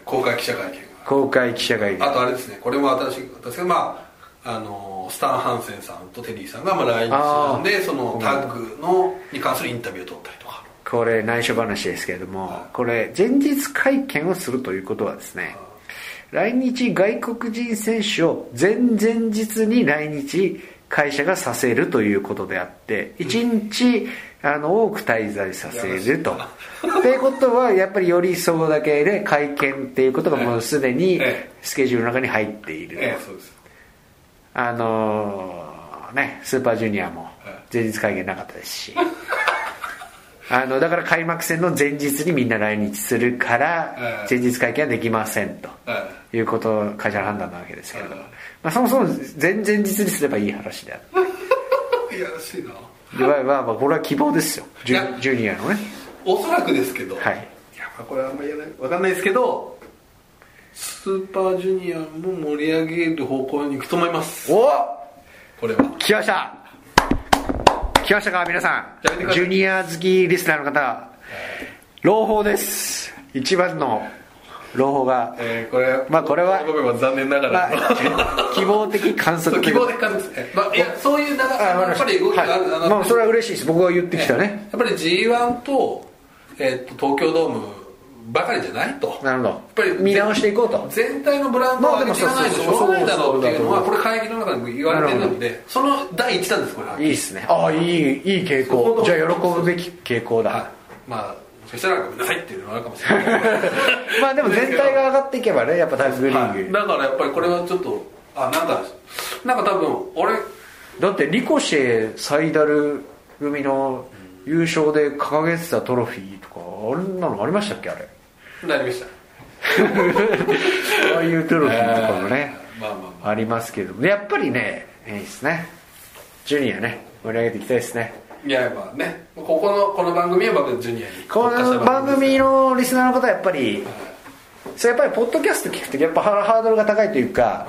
B: 公開記者会見が
A: 公開記者会見
B: あとあれですねこれも新しいですけどまああのスタン・ハンセンさんとテリーさんがまあ来日なんでそのタッグのに関するインタビューを取ったりとか
A: これ内緒話ですけれども、これ前日会見をするということはですね、来日外国人選手を前々日に来日会社がさせるということであって1日あの多く滞在させると。っていうことはやっぱりよりそこだけで会見っていうことがもうすでに
B: ええ
A: スケジュールの中に入っていると
B: そうです
A: あのーねスーパージュニアも
B: え
A: 前日会見なかったですし あのだから開幕戦の前日にみんな来日するから
B: え
A: 前日会見はできませんと
B: え
A: いうことを会社の判断なわけですけれども
B: ええ
A: まあ、そもそも前々日にすればいい話であっ
B: いやらしいな
A: ていわゆるまあまあこれは希望ですよジ
B: い
A: ュ
B: や
A: ジュニアのね
B: おそらくですけど、
A: はい
B: やまあこれはあんまり言えないわかんないですけどスーパージュニアも盛り上げる方向に行くと思います
A: お
B: これは
A: 来ました来ましたか皆さ
B: やめてく
A: ん
B: ださ
A: ジ
B: い
A: ュニア好きリスナーの方朗報です一番の朗報が
B: えーこれ
A: まあこれは
B: ごめんごめん残念なが ら、
A: まあ、 希望的観
B: そ
A: 測
B: う
A: と
B: 希望
A: いうこ
B: 的
A: と
B: 感じですね、まあ、いやそういう流れやっぱり動きがある、
A: は
B: あ
A: い、
B: の
A: まあそれは嬉しいです僕が言ってきたね、
B: やっぱり G1 と,、えっと東京ドームばかりじゃないと
A: なるほど
B: やっぱり
A: 見直していこうと
B: 全体のブランド
A: まあ
B: は
A: で
B: 上げてい
A: も
B: かないとしょうがないだろうっていうのは
A: そ
B: こ
A: う
B: れ会議の中でも言われてるんでその第一弾ですこれはい
A: いですねああいいいい傾向じゃあ喜ぶべき傾向だ、
B: はいまあそしたらごめんなさいっていうのはあるかもしれない
A: まあでも全体が上がっていけばねやっぱタッグリーグ、
B: はいだからやっぱりこれはちょっとあなんかなんか多分俺
A: だってリコシェサイダル組の優勝で掲げてたトロフィーとかあんなのありましたっけあれ
B: なりました
A: ああいうトロフィーとかもね、
B: えーまあまあま
A: ありますけどもやっぱりねいいですねジュニアね盛り上げていきたいですね
B: あいやまあねここのこの番組は僕ジュニアに
A: この番組
B: の
A: のリスナーの方はやっぱりそれやっぱりポッドキャスト聞くとやっぱハハードルが高いというか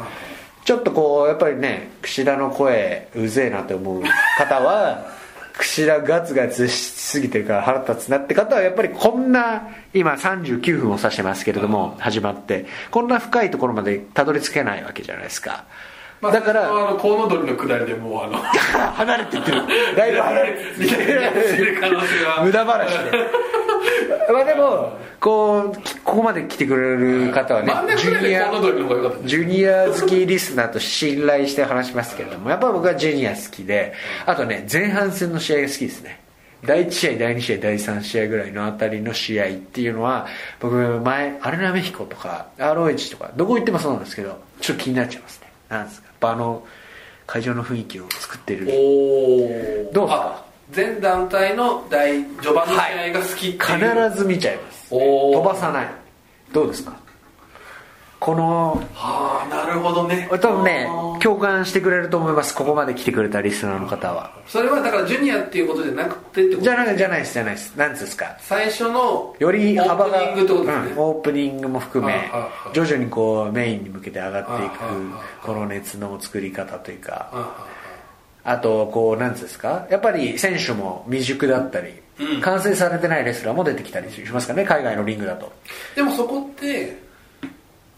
A: ちょっとこうやっぱりね櫛田の声うぜえなって思う方は 櫛田ガツガツしすぎてるから腹立つなって方はやっぱりこんな今39分を指してますけれども始まってこんな深いところまでたどり着けないわけじゃないですか
B: まあ、
A: だから
B: あのコウノドリの下りでもうあの
A: 離れていってるだいぶ離れて
B: みたいな可能性は
A: 無駄話でまあでもこうここまで来てくれる方はね
B: 真ん中
A: ジ
B: ぐら
A: ュ
B: いで
A: ニ
B: コウノド
A: ア
B: リの方が良かったね
A: ジュニア好きリスナーと信頼して話しますけれどもやっぱり僕はジュニア好きであとね前半戦の試合が好きですね第1試合第2試合第3試合ぐらいのあたりの試合っていうのは僕前アルナメヒコとか ROH とかどこ行ってもそうなんですけどちょっと気になっちゃいますねなんですか場の会場の雰囲気を作ってる
B: おお
A: どうですか
B: 全団体の第序盤の試合が好きっていう、
A: 必ず見ちゃいます
B: おー
A: 飛ばさないどうですかこの
B: はあなるほどね
A: 多分ね
B: あー
A: 共感してくれると思いますここまで来てくれたリスナーの方は
B: それはだからジュニアっていうことじゃなくてってこと
A: じゃないじゃないですじゃないですなんつうんですか
B: 最初の
A: より幅
B: オー
A: が
B: プニングってことですね、
A: うんオープニングも含め
B: あああ
A: 徐々にこうメインに向けて上がってい
B: ああ
A: くこの熱の作り方というか
B: ああ
A: あとこうなんつうんですかやっぱり選手も未熟だったり
B: うん
A: 完成されてないレスラーも出てきたりしますからね海外のリングだと
B: でもそこって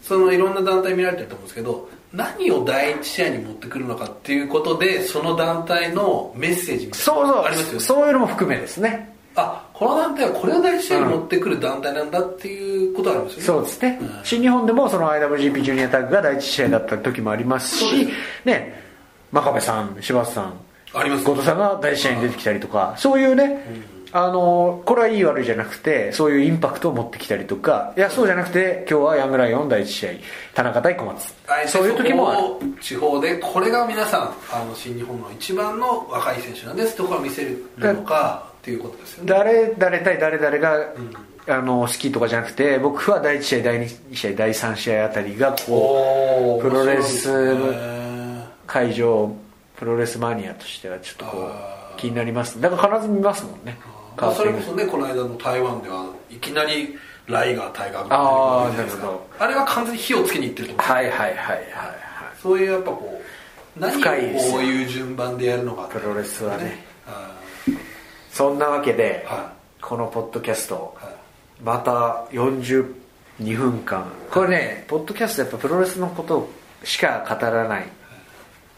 B: そのいろんな団体見られてると思うんですけど何を第一試合に持ってくるのかっていうことでその団体のメッセージみたいな
A: そうそう
B: ありますよね
A: そういうのも含めですね
B: あこの団体はこれを第一試合に持ってくる団体なんだっていうことはありますよね
A: そうですね、新日本でもその IWGP ジュニアタッグが第一試合だった時もあります
B: そうで
A: し
B: す、
A: ね、真壁さん、柴田さん、
B: あります
A: 後藤さんが第一試合に出てきたりとか、そういうね、あのこれはいい悪いじゃなくて、そういうインパクトを持ってきたりとか、いや、そうじゃなくて、今日はヤングライオン第一試合、田中対小松
B: あえ、て
A: そういう時もある
B: そ。こを地方でこれが皆さんあの新日本の一番の若い選手なんですとか見せるのかっていうことですよね
A: 誰誰対誰々が、あの好きとかじゃなくて僕は第1試合第2試合第3試合あたりがこ
B: お
A: う
B: ー
A: プロレ
B: 面
A: ス
B: 白いですね
A: 会場プロレスマニアとしてはちょっとこ
B: あ
A: う気になりますだから必ず見ますもんね
B: まあ、それ
A: カー
B: こ
A: テン
B: そねこの間の台湾ではいきなりライガータイガーグ
A: あー
B: 出てくるじゃいですか
A: なるほ
B: あれは完全に火をつけにいってると思う、
A: はいはいはいはいはい
B: そういうやっぱこう何をこ
A: 深いですよ
B: ういう順番でやるのかって
A: プロレスはね
B: あ
A: そんなわけで、
B: は
A: このポッドキャスト、
B: はい
A: また42分間これねポッドキャストやっぱプロレスのことしか語らない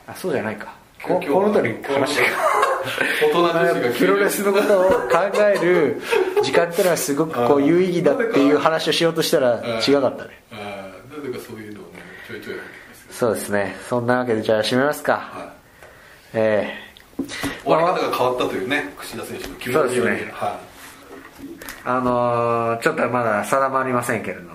A: あそうじゃないかこ
B: 今日は
A: この通り話したか
B: ー大人女子が
A: プロレスのことを考える時間ってのはすごくこう有意義だっていう話をしようとしたら違かったね
B: あーなぜかそういうのをねちょいちょいやってますけ
A: そうですねそんなわけでじゃあ締めますか、
B: ど、はい、
A: ええ
B: 終わり方が変わったというね櫛田選手の気持ち
A: そうですね
B: は
A: あのーちょっとまだ定まりませんけれ ども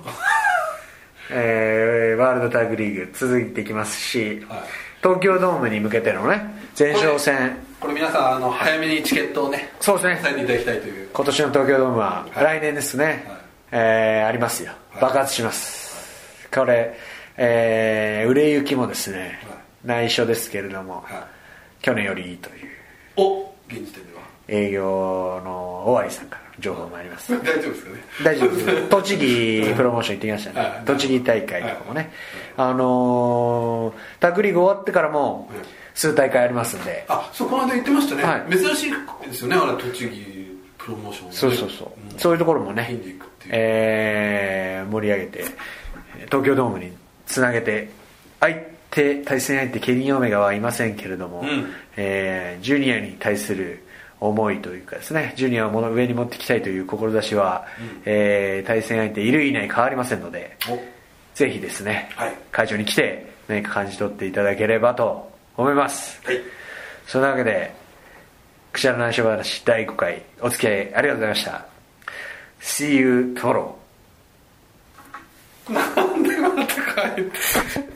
A: えーワールドタッグリーグ続いていきますし、
B: はい
A: 東京ドームに向けてのね前哨戦
B: い、これ皆さんあの早めにチケットをね
A: そうですね
B: 押さえていただきたいという
A: 今年の東京ドームは来年ですね、えーありますよ
B: はい
A: 爆発します、これ、えー売れ行きもですね、内緒ですけれども、
B: は
A: 去年よりいいという
B: お現時点では
A: 営業の尾張さんからの情報もあります、
B: 大丈夫ですかね
A: 大丈夫です栃木プロモーション行ってきましたね、
B: はい
A: 栃木大会とかもね、あのー、タクリーグ終わってからも
B: はい
A: 数大会ありますんで、
B: あそうこの間言ってましたね、
A: はい
B: 珍しいですよねあれ栃木プロモーション、ね、
A: そうそうそう、
B: ん
A: そういうところも
B: イ
A: ね
B: ンディックっていう、
A: えー盛り上げて東京ドームにつなげて相手対戦相手ケニー・オメガはいませんけれども、
B: ん
A: えージュニアに対する思いというかですねジュニアをもの上に持っていきたいという志は、えー対戦相手いるいない変わりませんので
B: お
A: ぜひですね、
B: はい
A: 会場に来て何か感じ取っていただければと思います、
B: はい
A: そんなわけで「くしゃらないしょ話」第5回お付き合いありがとうございました See you tomorrow
B: なんでまた帰って